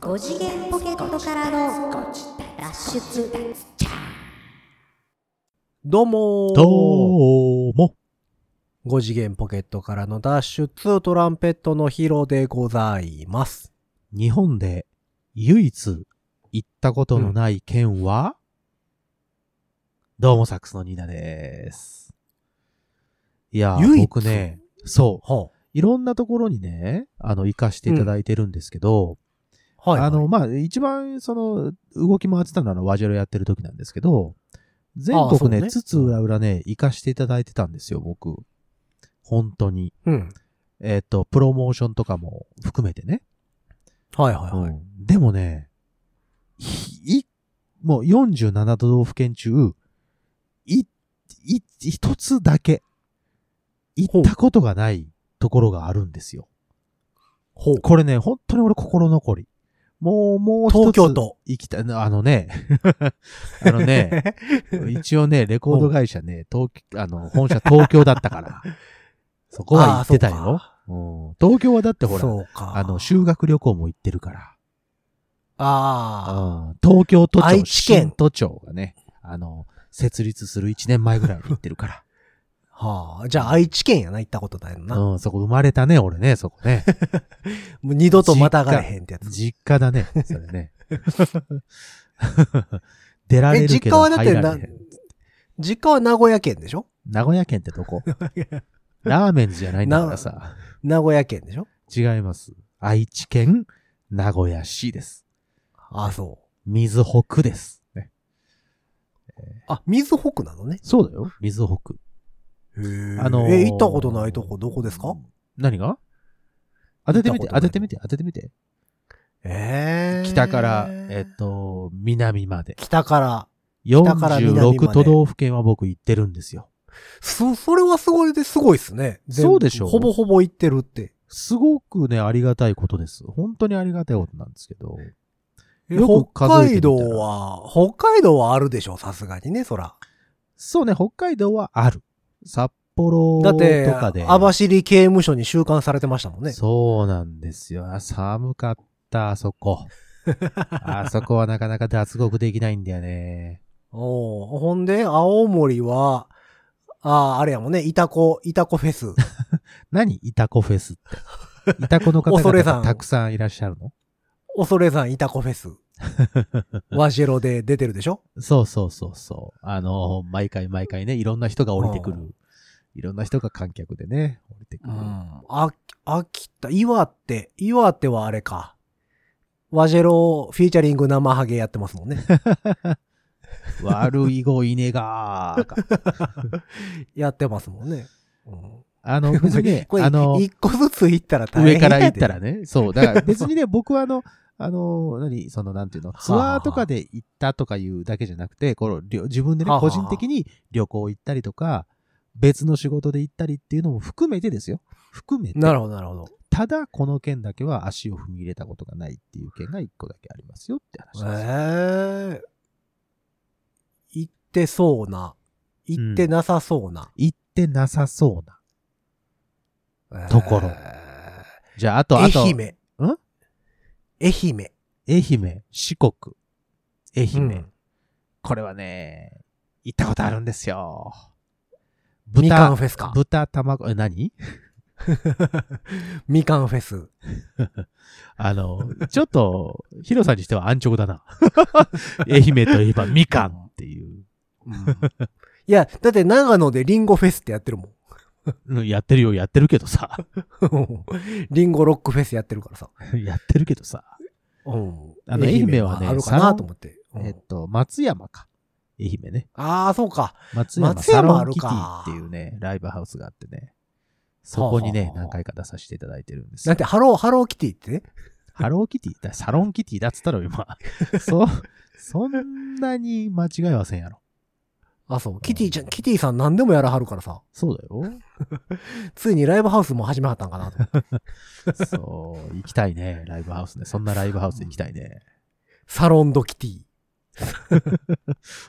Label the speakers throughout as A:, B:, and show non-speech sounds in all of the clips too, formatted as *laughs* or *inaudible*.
A: 5次元ポケットからの脱出
B: どうもー
C: どうも。
B: !5 次元ポケットからの脱出トランペットのヒロでございます。
C: 日本で唯一行ったことのない県は、どうもサックスのニーナです。いやー、
B: 唯一
C: 僕ね、そう、
B: はい
C: ろんなところにね、あの、行かしていただいてるんですけど、
B: あ。はい、
C: あの、まあ、一番、その、動き回ってたのはワジェロやってる時なんですけど、全
B: あーそう
C: 国
B: ね
C: ね、つつ裏裏ね、行かしていただいてたんですよ、僕。本当に。
B: うん。
C: えっ、と、プロモーションとかも含めてね。
B: はいはいはい。
C: うんでもね、ひい、もう47都道府県中、い、い、一つだけ、行ったことがないところがあるんですよ。
B: ほう。
C: これね、本当に俺心残り。もう、もう一
B: 東
C: つ
B: 京都。
C: 行きたい、あのね、 *laughs* あのね、
B: *laughs*
C: 一応ね、レコード会社ね、東京、あの、本社東京だったから、そこは行ってた
B: あーそう
C: よ
B: か。
C: うん東京はだってほら、
B: そうか。
C: あの、修学旅行も行ってるから。
B: あ
C: うん東京都庁、
B: 愛知県
C: 新都庁がね、あの、設立する1年前ぐらいに行って
B: *laughs*
C: るか
B: あ。はあ。じゃあ愛知県やな、行ったことないのな。
C: ら。
B: も
C: うん、そこ生まれたね、俺ね、そこ
B: *laughs*
C: ね。
B: う二度とまたがれへんってやつ。
C: 実家だね、それ
B: *laughs*
C: ね。出られ
B: え、
C: る
B: 実
C: け
B: 家
C: ど
B: はだっ
C: 入
B: て
C: ら
B: な
C: れへん。、
B: 実家は名古屋県でしょ
C: 名古屋県ってどこラーメンズじゃないんだからさ。
B: 名古屋県でしょ
C: 違います。愛知県、名古屋市です。
B: ああ、そ
C: 水北です。ね
B: う。あ、水北なのね。
C: そうだよ。水北。
B: へえ。
C: あのー
B: え、行ったことないとこどこですか
C: 何が当ててみて、
B: 行ったことな
C: 当
B: い
C: ててみて、当ててみて。
B: ええ。
C: 北から、えっと、南まで。
B: 北から。北から南ま
C: 46
B: で
C: 都道府県は僕行ってるんですよ。
B: そ、それはすごいです、すごいですね。全部
C: そうでしょう
B: ほぼほぼ行ってるって。
C: すごくね、ありがたいことです。本当にありがたいことなんですけど。よ
B: 北
C: く数えて
B: 海
C: みた
B: 道
C: ら
B: は、北海道はあるでしょ、さすがにね、そら。
C: そうね、北海道はある。札幌
B: だ
C: と
B: って、
C: かで。
B: 網走刑務所に収監されてましたもんね。
C: そうなんですよ。あ寒かった、あそ
B: *laughs*
C: こ。あそこはなかなか脱獄できないんだよね。
B: おうほんで、青森は、ああ、あれやもんね、イタコ、イタコフェ
C: *laughs*
B: ス。
C: 何イタコフェ
B: *laughs*
C: スって。イタコの方
B: 恐
C: 々
B: れ山
C: がたくさんいらっしゃるの
B: 恐れ山イタコフェ
C: *laughs*
B: ス。ワジェロで出てるでしょ
C: そうそうそうそう。あの、毎回毎回ね、いろんな人が降りてく
B: う
C: る。いろんな人が観客でね、降りてくる。
B: あ、秋田、岩手、岩手はあれか。ワジェロフィーチャリング生ハゲやってますもんね。
C: *laughs* 悪い子いねがーか。
B: *laughs* やってますもんね。うん、
C: あの、別にね
B: これ、
C: あの、
B: 一個ずつ行ったら大変
C: 上から
B: や
C: 行っ
B: で
C: たら。ね、そう。だから別にね、 *laughs* 僕はあの、あの、何、その、なんていうの、ツアーとかで行ったとかいうだけじゃなくて、このりょ自分でね
B: はあ、はあ
C: 個人的に旅行行ったりとか、別の仕事で行ったりっていうのも含めてですよ。含めて。
B: なるほど、なるほど。
C: ただ、この県だけは足を踏み入れたことがないっていう県が一個だけありますよって話です。
B: ええ行ってそうな。行ってなさそうな。
C: 行ってなさそうな。
B: えー
C: ところじゃあ、あと、あと、
B: 愛媛。
C: ん
B: 愛媛。
C: 愛媛、四国、愛媛。
B: うん
C: これはね、行ったことあるんですよ。
B: みかんフェスか。
C: 豚卵、え、何
B: みかんフェス。
C: あの、ちょっと、ヒロさんにしては安直
B: *laughs*
C: だな。愛媛といえばみかんっていう
B: いや、だって長野でリンゴフェスってやってるもん。
C: うん。やってるよ、やってるけどさ。
B: リンゴロックフェスやってるからさ。
C: やってるけどさ。
B: うん
C: あの愛媛はね
B: あるかなと思って。うん
C: えっと、松山か。愛媛ね。
B: ああ、そうか。
C: 松山
B: 松山
C: サロ
B: あ
C: ン
B: る
C: キティ
B: か
C: っていうね、ライブハウスがあってね。そこに
B: はあ
C: ね
B: は、あはあ
C: 何回か出させていただいてるんです
B: だ
C: よ
B: って、ハロー、ハローキティってね。
C: ハローキティだ、サロンキティだっつった
B: *laughs*
C: ろ、今。そ、そんなに間違いはせんやろ。
B: あ、そう。キティちゃん、キティさん何でもやらはるからさ。
C: そうだよ。
B: ついにライブハウスも始まったんかなと思って。
C: そう、行きたいね、ライブハウスね。そんなライブハウス行きたいね。
B: サロンドキティ。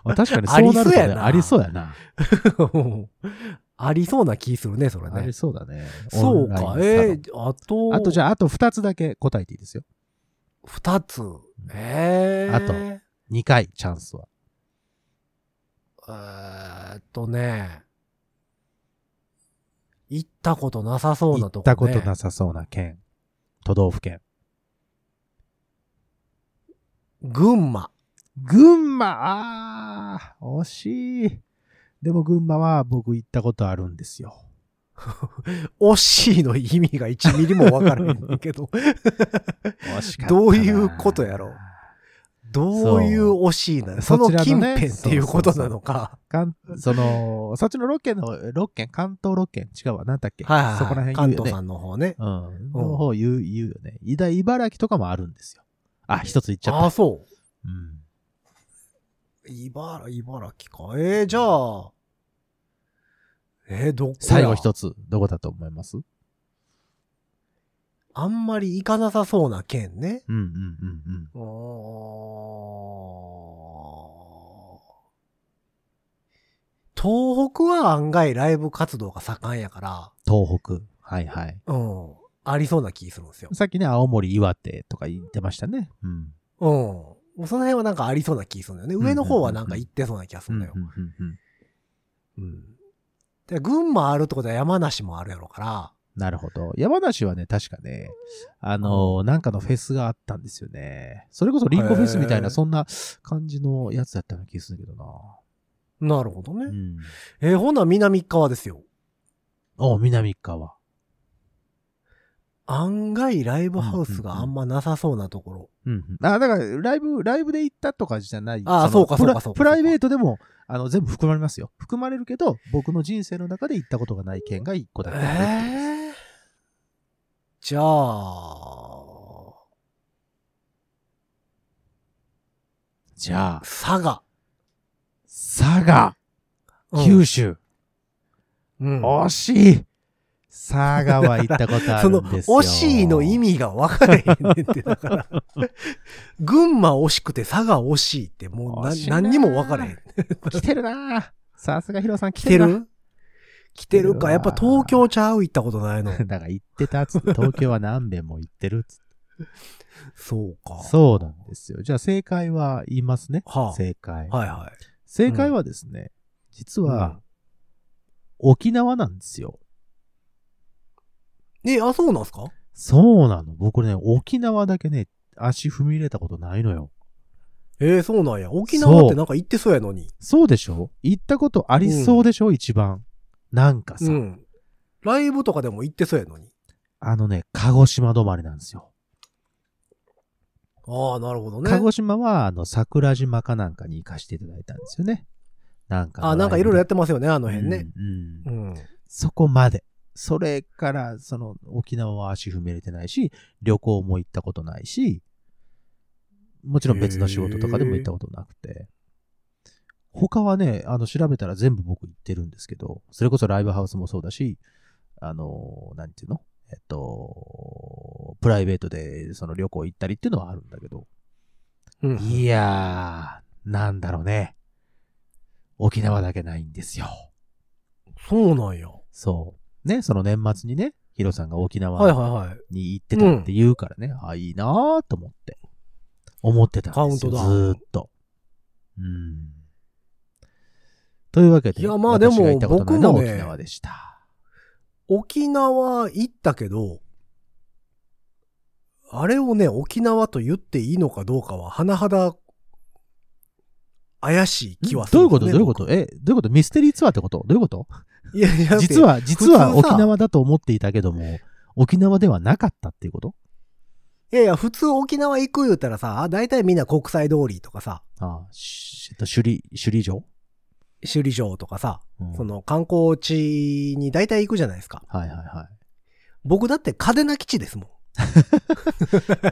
C: あ確かにそうなると
B: ありそうや
C: ね、
B: な
C: ありそうやな。
B: *laughs* ありそうな気するね、それ
C: あ
B: ね
C: り。そうだね。
B: そうか。
C: オンラインサロン
B: えー、あと、
C: あとじゃあ、あと2つだけ答えていいですよ。
B: 二つ。ええー。
C: あと2回、チャンスは。
B: えーっとね、行ったことなさそう
C: 行
B: な
C: っ
B: とこ、ね。
C: たことなさそうな県。都道府県。
B: 群馬。
C: 群馬あー惜しい。でも群馬は僕行ったことあるんですよ。
B: 惜しいの意味が1ミリもわからへんけ *laughs* ど、
C: 惜しかったな
B: どういうことやろうどういう惜しいなの
C: そ
B: そうの
C: そちらの
B: 近
C: ね
B: 辺っていうことなのか。
C: かんその、そっちの6県の、6県、関東6県、違うわ、なんだっけ、
B: はいはいはい。
C: そこら辺言
B: 関
C: うよ
B: 東
C: ね
B: さ。んの方ね。
C: うん。の方言う、言うよね。伊田、茨城とかもあるんですよ。あ、一つ言っち
B: あ
C: ゃっ
B: あ、
C: た。
B: そう。
C: うん。
B: 茨、茨城か。えー、じゃあ、えー、どこや
C: 最後一つ、どこだと思いますうん
B: あんまり行かなさそうな県ね。
C: うんうんうん。
B: うーん東北は案外ライブ活動が盛んやか
C: 東北。はいはい。
B: ら、うん、ありそうな気するんですよ。
C: さっきね、青森、岩手とか言ってましたね。うん。
B: うん。もうその辺はなんかありそうな気するんだよね。
C: んうんうん
B: 上の方はなんか行ってそうな気がするんだよ
C: う。んうんうんうん
B: うん。で、群馬あるってことは山梨もあるやろから、
C: なるほど。山梨はね、確かね、あのーなんかのフェスがあったんですよね。それこそリンゴフェスみたい
B: へー
C: な、そんな感じのやつだったような気がするけどな。
B: なるほどね。
C: うん。
B: えーほんなら南側ですよ。
C: お南川。
B: 案外ライブハウスがあんまなさそうなところ。
C: うんうん。あ、だから、ライブ、ライブで行ったとかじゃない。
B: あー
C: の
B: そうかそうか
C: プラ
B: そうか
C: プライベートでも、あの、全部含まれますよ。含まれるけど、僕の人生の中で行ったことがない県が一個だけある。
B: えーじゃあ、
C: じゃあ、
B: 佐賀。
C: 佐賀、
B: うん
C: 九州。
B: うん
C: 惜しい佐賀は行ったことあ
B: その、
C: るんですよ。
B: 惜しいの意味が分からへんねんって、だ
C: *laughs*
B: から。群馬惜しくて佐賀惜しいって、もうな
C: 惜しいな
B: 何にも分からへん。
C: 来てるなぁさすがヒロさん来
B: 来て
C: てるな
B: る来てる
C: 来てるわ
B: か。やっぱ東京ちゃう行ったことないの。
C: *laughs* だから行ってたっつっ
B: *laughs*
C: て、東京は何遍も行ってるっつって。
B: そうか。
C: そうなんですよ。じゃあ正解は言いますね。
B: はあ
C: 正解。
B: はいは
C: 正解はですね、実
B: うん
C: は、沖縄なんですよ。
B: い。え、あ、そうなんすか
C: そうなの。僕ね、沖縄だけね、足踏み入れたことないのよ。
B: えーそうなんや。沖縄ってなんか行ってそうやのに。
C: そうでしょ行ったことありそうでしょ、一番。なんかさ、
B: うん。ライブとかでも行ってそうやのに。
C: あのね、鹿児島止まりなんですよ。
B: ああ、なるほどね。
C: 鹿児島は、あの、桜島かなんかに行かせていただいたんですよね。なんかの
B: あ、なんかいろいろや
C: ラ
B: っ
C: イ
B: てますよね、あ
C: ブ
B: の辺ね。
C: うんうん
B: うん。
C: そこまで。それから、その、沖縄は足踏み入れてないし、旅行も行ったことないし、もちろん別の仕事とかでも行ったことなくて。他はね、あの、調べたら全部僕行ってるんですけど、それこそライブハウスもそうだし、あの、なんていうのえっと、プライベートでその旅行行ったりっていうのはあるんだけど、
B: うん。
C: いやー、なんだろうね。沖縄だけないんですよ。
B: そうなんや。は
C: そう。ね、その年末にね、ヒロさんが沖
B: いはい
C: 縄
B: はい。
C: に行ってたって言うからね、あ、いいなーと思って、思ってたんですよ。
B: カウントダ
C: ず
B: ウン
C: ーっと。うん。というわけで、
B: いやまあでも
C: 私が行ったことないのは
B: 僕もね
C: 沖縄でした。
B: 沖縄行ったけど、あれをね、沖縄と言っていいのかどうかは、甚だ怪しい気はす
C: ど
B: る、
C: ういうことどういうことえ、どういうことミステリーツアーってことどういうこと
B: いやいや、
C: 実は、実は
B: 普通さ
C: 沖縄だと思っていたけども、沖縄ではなかったっていうこと
B: いやいや、普通沖縄行く言うたらさ、あ大体みんな国際通りとかさ、
C: ああ、しえっと首里、首里城、
B: 首里城とかさ、
C: うん
B: その観光地に大体行くじゃないですか。
C: はいは
B: 僕だって嘉手納基地ですもん。
C: い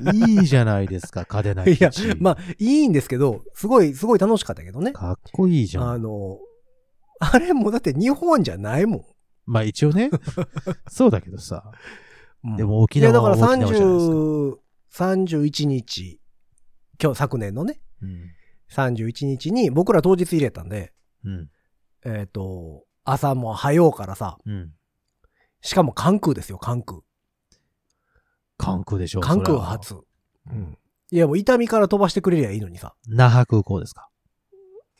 C: はい。いいじゃないですか、嘉手納
B: い
C: 基地。
B: や、まあ、いいんですけど、すごい、すごい楽しかったけどね。
C: *laughs* かっこいいじゃん。
B: あの、あれもだって日本じゃないもん。
C: まあ一応
B: *laughs*
C: ね。そうだけどさ。
B: うん
C: でも沖
B: いや、
C: 縄
B: だか
C: は
B: ら
C: 沖縄じゃないですか。
B: 30、31日、今日、昨年のね、
C: うん。
B: 31日に、僕ら当日入れたんで、
C: うん。
B: えっ、と、朝も早うからさ、
C: うん。
B: しかも関空ですよ、関空。
C: 関空でしょ。
B: 関
C: そ
B: 空
C: れは
B: 初。うん。いや、もう痛みから飛ばしてくれりゃいいのにさ。
C: 那覇空港ですか。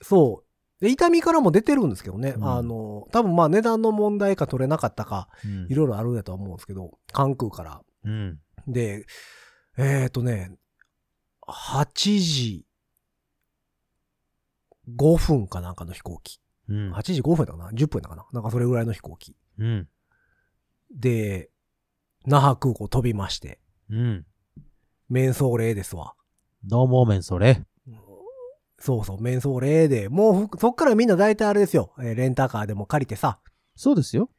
B: そう。で、痛みからも出てるんですけどね。
C: うん
B: あの、多分まあ値段の問題か取れなかったか、
C: うん
B: いろいろあるんやとは思うんですけど、関空から。
C: うん。
B: で、えっ、ー、とね、8時5分かなんかの飛行機。
C: うん。
B: 8時5分やったかな ?10 分やったかななんかそれぐらいの飛行機。
C: うん。
B: で、那覇空港飛びまして、
C: うん。
B: メンソーレーですわ。
C: どうも、メンソレ。
B: そうそう、メンソーレーで、もうふそっからみんな大体あれですよ、えーレンタカーでも借りてさ、
C: そうですよ。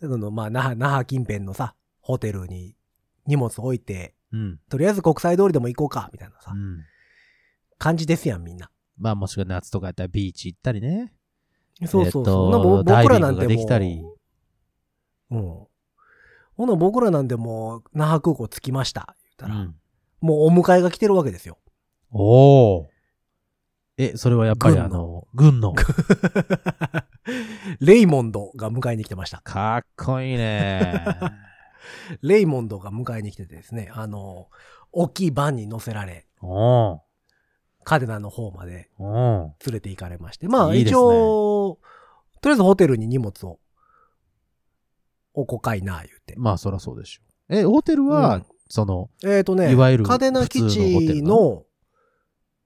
B: その、まあ、那覇、那覇近辺のさ、ホテルに荷物置いて、
C: うん。
B: とりあえず国際通りでも行こうか、みたいなさ
C: う、ん。
B: 感じですやん、みんな。
C: まあ、もしくは夏とかやったらビーチ行ったりね。
B: そうそう
C: えっと
B: そう。ほなぼ
C: ダイ
B: 僕ら
C: ビン
B: な
C: グ
B: ん
C: が
B: て
C: でき
B: も
C: たり。
B: う、うん。ほな、僕らなんてもう、那覇空港着きました、言ったら、
C: うん
B: もうお迎えが来てるわけですよ。
C: おお。え、それはやっぱり
B: 軍の
C: あの、軍の。
B: レイモンドが迎えに来てました。
C: かっこいいね。 *laughs*
B: レイモンドが迎えに来ててですね、あの、大きいバンに乗せられ、
C: おう
B: カデナの方まで
C: おう
B: 連れて行かれまして、まあ
C: いいです
B: 一
C: ね
B: 応、とりあえずホテルに荷物をおこかいな、言うて。
C: まあ、そらそうでしょ。え、ホテルは、
B: うん
C: その、
B: えっ、とね、
C: いわゆる
B: カデナ基
C: 普通のホテル
B: 地
C: な
B: の、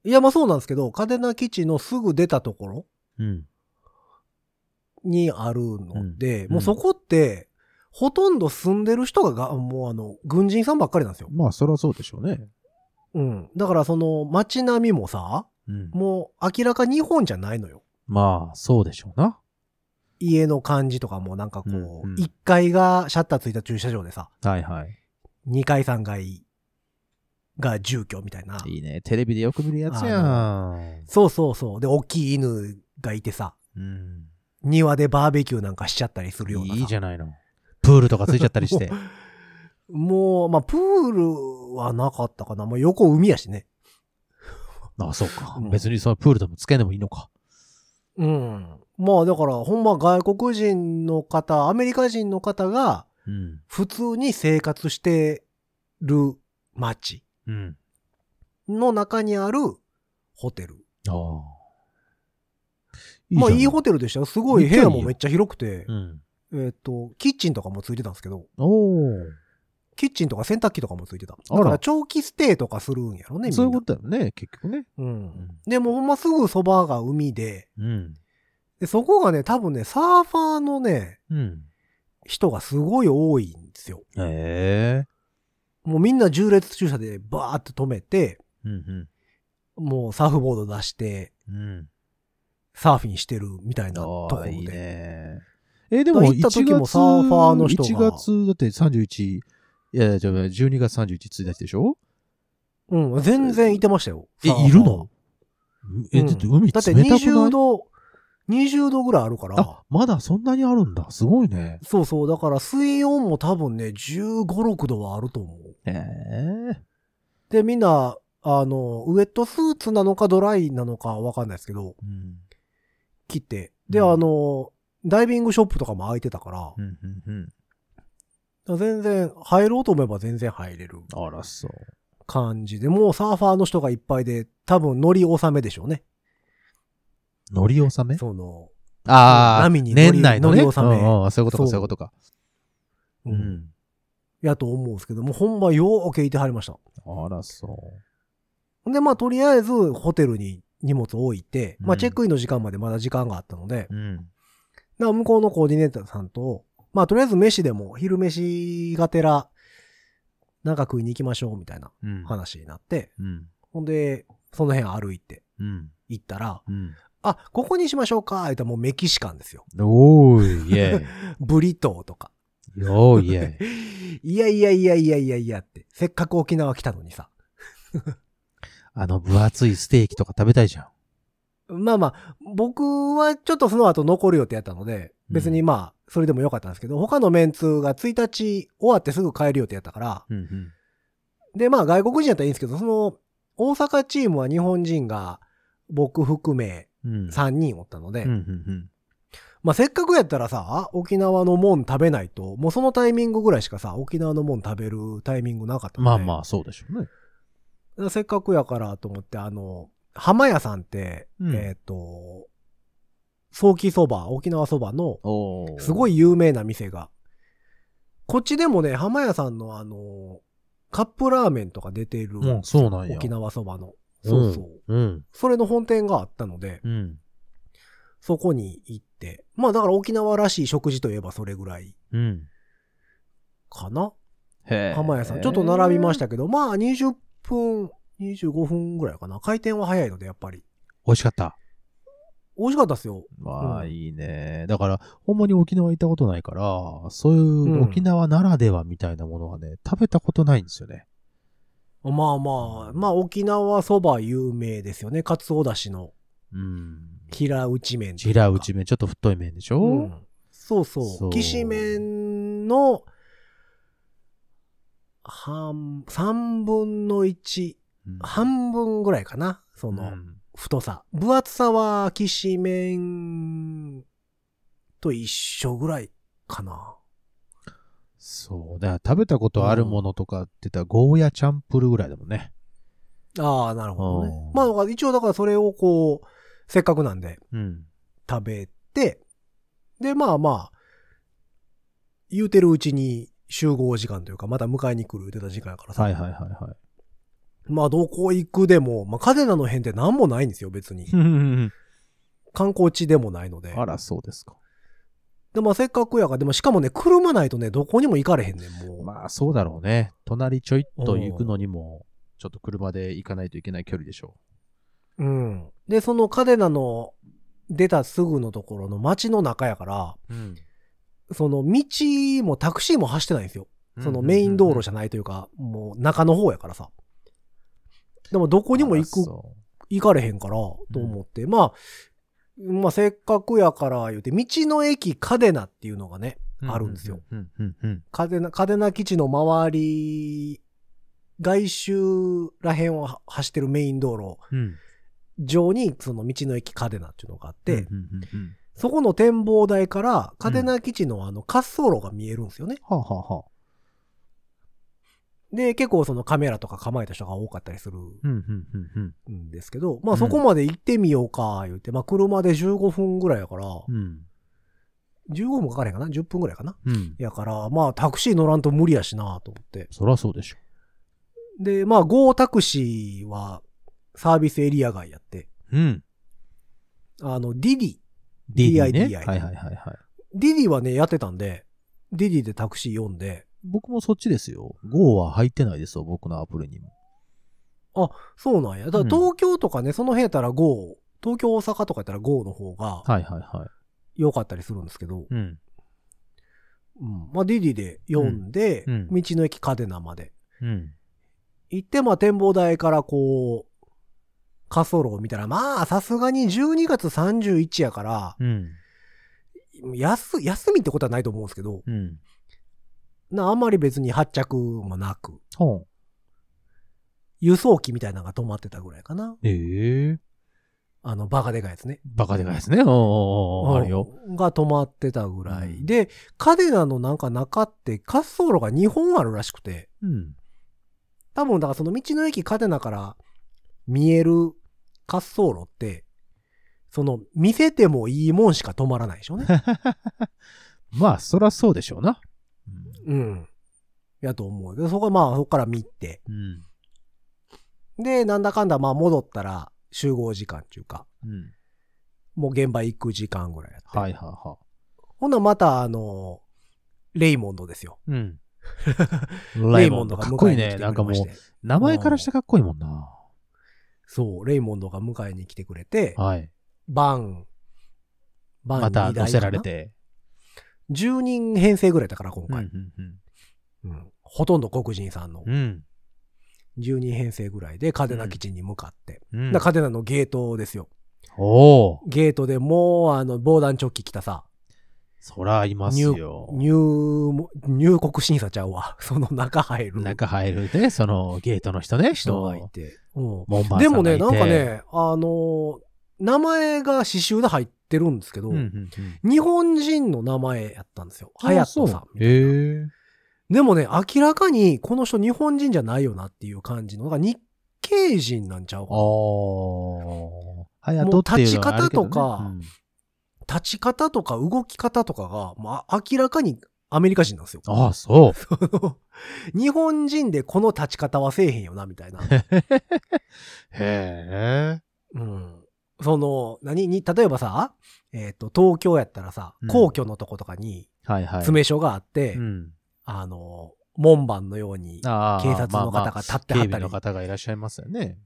B: いやまあそうなんですけど、カデナ基地のすぐ出たところ
C: うん。
B: にあるので、
C: うん
B: もうそこって、ほとんど住んでる人がが、もうあの、軍人さんばっかりなんですよ。
C: まあ、そらそうでしょうね。
B: うん。だからその街並みもさ、
C: うん。
B: もう明らか日本じゃないのよ。
C: まあ、そうでしょうな。
B: 家の感じとかもなんかこ
C: うんうん
B: う、一1階がシャッターついた駐車場でさ、
C: はいはい。
B: 2階3階が住居みたいな。
C: いいね。テレビでよく見るやつやん。
B: そうそうそう。で、大きい犬がいてさ、
C: うん。
B: 庭でバーベキューなんかしちゃったりするようなさ。
C: いいじゃないの。プールとかついちゃったり *laughs* して。
B: もう、まあ、プールはなかったかな。もう横海やしね。
C: あ、そうか
B: うん。
C: 別にそのプールでもつけんでもいいのか。
B: うん。まあだから、ほんま外国人の方、アメリカ人の方が
C: うん。
B: 普通に生活してる街
C: うん。
B: の中にあるホテル。
C: ああ。
B: まあいい
C: 方
B: ホテルでしたよ。すごい部屋もめっちゃ広くて
C: う、ん。
B: えっと、キッチンとかもついてたんですけど、
C: お
B: キッチンとか洗濯機とかもついてた。
C: あら
B: だから長期ステイとかするんやろね、みん
C: お。
B: な。
C: そういうことだよね、結局ね。
B: うん。でもほんますぐそばが海で
C: うん。
B: で、そこがね、多分ね、サーファーのね、
C: うん。
B: 人がすごい多いんですよ。
C: ええ。
B: もうみんな重列駐車でバーって止めて、
C: うん
B: もうサーフボード出して、
C: うん。うん。
B: サーフィンしてるみたいなとこ
C: あ
B: ろ
C: あ、
B: で。
C: いいね。え、でも
B: 行
C: 1
B: った
C: 月、
B: 時もサーファーの人が
C: 1月、だって31、いやいや、じゃあ12月31日、1日でしょ
B: うん、全然いてましたよ。
C: え
B: サーファー
C: いるのえ、
B: うん
C: だって海冷
B: だ
C: た
B: って
C: くない
B: 20度、20度ぐらいあるから
C: あ、、まだそんなにあるんだ。すごいね。
B: そうそう、だから水温も多分ね、15、6度はあると思う。
C: ええ
B: で、みんな、あの、ウエットスーツなのかドライなのかわかんないですけど、
C: うん。
B: 切って。で、
C: うん
B: あの、ダイビングショップとかも開いてたから
C: う、ん、うん、
B: 全然、入ろうと思えば全然入れる
C: うん。あら、そう。
B: 感じで、もうサーファーの人がいっぱいで、多分乗り納めでしょうね。
C: 乗り納め
B: その、
C: ああ、
B: 波に乗り
C: 年内のね。
B: 乗り納め
C: うんうんそういうこと
B: そう
C: か、そういうことか。
B: う
C: うんん。
B: やと思うんですけど、もうほんまようけいてはりました。
C: あら、そう。
B: で、まあ、とりあえず、ホテルに荷物を置いて、ま
C: う
B: あ、
C: ん
B: チェックインの時間までまだ時間があったので、
C: うん。
B: だから向こうのコーディネーターさんと、まあ、とりあえず飯でも、昼飯がてら、なんか食いに行きましょう、みたいな
C: うん。
B: 話になって、
C: うん。
B: ほんで、その辺歩いて
C: うん。
B: 行ったら、
C: うん。
B: あ、ここにしましょうか、言ったらもうメキシカンですよ。
C: おーい、イ *laughs* ェ
B: ブリトーとか。
C: イ。おーい、イェイ。
B: いや *laughs* いやいやいやいやいやって、せっかく沖縄来たのにさ。
C: あの、分厚いステーキとか食べたいじゃん。
B: まあまあ、僕はちょっとその後残る予定やったので、別にまあ、それでもよかったんですけど、他のメンツが1日終わってすぐ帰る予定やったから、
C: うん、うん。
B: でまあ外国人やったらいいんですけど、その、大阪チームは日本人が僕含め
C: うん。
B: 3人おったので、
C: うん、うん、
B: まあせっかくやったらさ、沖縄のもん食べないと、もうそのタイミングぐらいしかさ、沖縄のもん食べるタイミングなかった
C: うん。
B: ので
C: まあまあ、そうでしょうね。
B: せっかくやからと思って、あの、浜屋さんって、
C: うん
B: えっ、と、早期そば、沖縄そばの、
C: お
B: すご
C: い。
B: い有名な店が。こっちでもね、浜屋さんのあの、カップラーメンとか出てる、
C: うん、そうなんや。
B: 沖縄そばの。そうそう。
C: うん。
B: それの本店があったので、
C: うん。
B: そこに行って。まあだから沖縄らしい食事といえばそれぐらい
C: うん。
B: かな。
C: へ
B: 浜屋さん。ちょっと並びましたけど、まあ20分、25分ぐらいかな。回転は早いので、やっぱり。
C: 美味しかった。
B: 美味しかったですよ。
C: まあ、
B: うん
C: いいね。だから、ほんまに沖縄行ったことないから、そうい
B: ん
C: う沖縄ならではみたいなものはね、食べたことないんですよね。
B: まあまあ、まあ沖縄そば有名ですよね。かつおだしの
C: うん。
B: 平打ち麺というか。
C: 平打ち麺、ちょっと太い麺でしょ、
B: うんそうそう。
C: そう
B: きしめんの、半、三分の一、
C: うん
B: 半分ぐらいかな。その、
C: うん
B: 太さ。分厚さは、きしめんと一緒ぐらいかな。
C: そう。だから食べたことあるものとかって言ったら、ゴーヤチャンプルぐらいだもんね。
B: ああ、なるほど
C: う
B: ね
C: ん。
B: まあ、だから一応だからそれをこう、せっかくなんで
C: うん。
B: 食べて、で、まあまあ、言うてるうちに集合時間というか、また迎えに来る言うてた時間やからさ。
C: はいはいはいは
B: まあ、どこ行くでも、まあ、カデナの辺って何もないんですよ、別に。
C: い。
B: 観光地でもないので。
C: あら、そうですか。
B: で、まあ、せっかくやから、でも、しかもね、車ないとね、どこにも行かれへんねん、もう。
C: まあ、そうだろうね。隣ちょいっと行くのにも、ちょっと車で行かないといけない距離でしょ
B: うん。で、そのカデナの出たすぐのところの街の中やから、
C: う。うん。
B: その道もタクシーも走ってないんですよ。そのメイン道路じゃないというか、もう中の方やからさ。でも、どこにも行く
C: く。
B: 行かれへんから、と思って、まあ、まあ、せっかくやから言うて、道の駅カデナっていうのがね、あるんですよ。
C: うんうんうん。
B: カデナ、カデナ基地の周り、外周らへんをは走ってるメイン道路
C: うん。
B: 上に、その道の駅カデナっていうのがあって、
C: うんうんうんうん
B: そこの展望台から、カデナ基地のあの滑走路が見えるんですよね。
C: はあはあはあ。
B: で、結構そのカメラとか構えた人が多かったりする
C: うんうんうん
B: んですけど、まあそこまで行ってみようか、言って、まあ車で15分ぐらいやから、
C: うん。うん。
B: 15分かかれへんかな ?10 分ぐらいかな
C: うん。
B: やから、まあタクシー乗らんと無理やしなと思って。
C: そらそうでしょ。
B: で、まあ GO タクシーはサービスエリア外やって、
C: うん。
B: あの、ディディ。
C: DDI ね。
B: DDI
C: はいはいはいはい。
B: ディディはね、やってたんで、ディディでタクシー呼んで、
C: 僕もそっちですよ。GO は入ってないですよ、僕のアプリにも。
B: そうなんや。だから
C: うん
B: 東京とかね、その辺やったら GO、東京大阪とかやったら GO の方が
C: はいはいは
B: 良かったりするんですけど、
C: い。うん。
B: うんまあディディで呼んで、
C: うんう
B: 道の駅カデナまで
C: うん。
B: 行って、まあ展望台からこう、滑走路を見たら、まあさすがに12月31やから、
C: うん。
B: 休、休みってことはないと思うんですけど、
C: うん。
B: な、あんまり別に発着もなく、
C: ほん。
B: 輸送機みたいなのが止まってたぐらいかな。
C: ええ
B: あの、バカでかいやつね。
C: バカでかいですね。おーおーおーあるよ。
B: が止まってたぐらい。
C: うん
B: で、カデナのなんか中って滑走路が2本あるらしくて、
C: うん。
B: 多分だからその道の駅カデナから見える滑走路って、その見せてもいいもんしか止まらないでしょうね。
C: *laughs* まあ、そらそうでしょうな。
B: うん。やと思う。で、そこはまあそこから見て。
C: うん。
B: で、なんだかんだまあ戻ったら集合時間っていうか、
C: うん。
B: もう現場行く時間ぐらいやって。
C: はいはいは
B: ほんならまた、あの、レイモンドですよ。
C: い。うん。
B: レ
C: *laughs* レ
B: イ
C: イ
B: モ
C: モ
B: ン
C: ン
B: ド
C: ド
B: が
C: かっこ
B: 迎え
C: いい
B: に来
C: ね。
B: て
C: なん
B: くれ
C: か
B: ま
C: も
B: し
C: う
B: て。、
C: 名前からしてかっこいいもんな。
B: そう、レイモンドが迎えに来てくれて、
C: はい。
B: バン、バン
C: また
B: 二
C: 乗
B: 台
C: せ
B: からな
C: れ。て。
B: 10人編成ぐらいだから、今
C: うん
B: 回、うんほとんど黒人さんの
C: うんうん。
B: 10人編成ぐらいでカデナ基地に向かって。
C: うん。うん
B: だからカデナのゲートですよ。
C: おお。
B: ゲートでもう、あの、防弾チョッキ着たさ、
C: そらいますよ。
B: 入門、入国審査ちゃうわ。 *laughs* その中入る
C: 中入るで、そのゲートの人ね、人
B: 人が
C: を
B: い。て。うん
C: 門番さ
B: で
C: ん
B: も
C: が
B: ね、
C: いて
B: なんか、ね、あのー名前が刺繍で入ってるんですけど、
C: うんうんうん。
B: 日本人の名前やったんですよ。ハヤトさん
C: あそう
B: みたい
C: へ
B: な。
C: え。
B: でもね、明らかにこの人日本人じゃないよなっていう感じの、なんか日経営陣なんちゃうかな
C: おー。はやとっていうのはあるけどね
B: もう立ち方とか
C: うん
B: 立ち方とか動き方とかが、まあ、明らかにアメリカ人なんですよ。
C: ああ、そう。
B: *laughs* 日本人でこの立ち方はせえへんよな、みたいな。
C: へえ。
B: うん。その、何に、例えばさ、えっ、と、東京やったらさ
C: うん、
B: 皇居のとことかに
C: はいはい。
B: 詰め所があって、
C: うん。
B: あの、門番のように
C: ああ
B: 警察の方が立っては
C: 警
B: った
C: 備
B: り
C: の方がいらっしゃいますよね。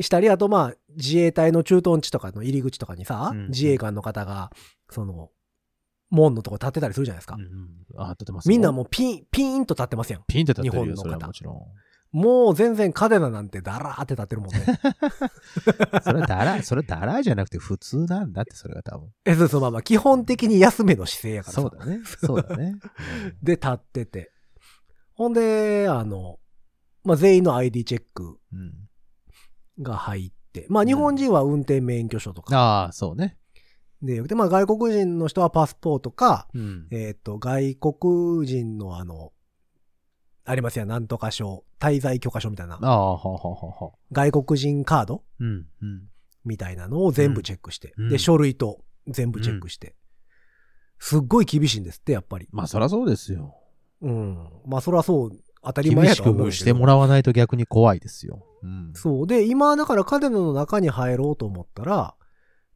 B: したり、あとまあ、自衛隊の駐屯地とかの入り口とかにさ、
C: うん
B: 自衛官の方が、その、門のとこ立ってたりするじゃないですか。
C: うんうんああ、立ってますよ
B: みんなもうピン、ピーンと立ってますやん。
C: ピンで立ってる
B: 日本
C: よ、
B: の
C: それは
B: 方
C: もちろん。
B: もう全然カデナなんてだらーって立ってるもんね。 *laughs*
C: それはだら、それはだらじゃなくて普通なんだって、それが多分。
B: え、そうそう、まあまあ、基本的に安めの姿勢やからさ。
C: そう
B: *laughs*
C: だね。そうだね。
B: で、立ってて。ほんで、あの、まあ、全員の ID チェック
C: うんうん
B: が入って、まあ、日本人は運転免許証とか
C: ああ、そうね。
B: でよくて、まあ、外国人の人はパスポートか、
C: うん。
B: えっ、と、外国人のあの、ありますやん、なんとか証、滞在許可証みたいな
C: あ、あ、はははは。
B: 外国人カード
C: うん。うん。
B: みたいなのを全部チェックして、
C: うんうん
B: で、書類と全部チェックして、すっごい厳しいんですって、やっぱり。
C: まあ、そりゃそうですよ。
B: うん。まあ、それはそう、当たり前
C: 厳
B: や
C: し
B: とは思う
C: くしてもらわないと逆に怖いですよ。うん。
B: そう。で、今、だからカデナの中に入ろうと思ったら、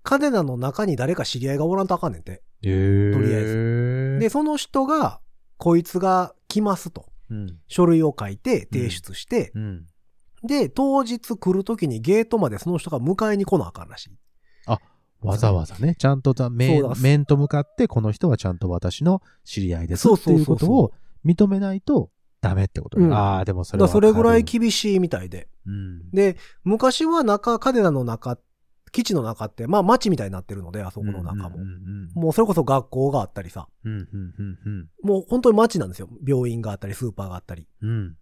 B: カデナの中に誰か知り合いがおらんとあかんねんて。
C: へえ。
B: とりあえ
C: ず
B: で、、その人が、こいつが来ますと。
C: うん。
B: 書類を書いて、提出して、
C: うん。
B: で、当日来るときにゲートまでその人が迎えに来なあかんらしい。
C: わざわざね、ちゃんとた面
B: そうだ
C: 面と向かって、この人はちゃんと私の知り合いです
B: そう
C: って
B: そう
C: い
B: そううそう
C: ことを認めないとダメってことね
B: うん
C: ああ、でもそ
B: だ
C: れ
B: か
C: は
B: らそれぐらい
C: 軽
B: 厳しいみたいで。
C: うん。
B: で、昔は中、カデナの中、基地の中って、まあ町みたいになってるので、あそこの中も
C: うん。うん
B: もうそれこそ学校があったりさ。
C: うんうんうんうん
B: もう本当に町なんですよ。病院があったり、スーパーがあったり。
C: うんうん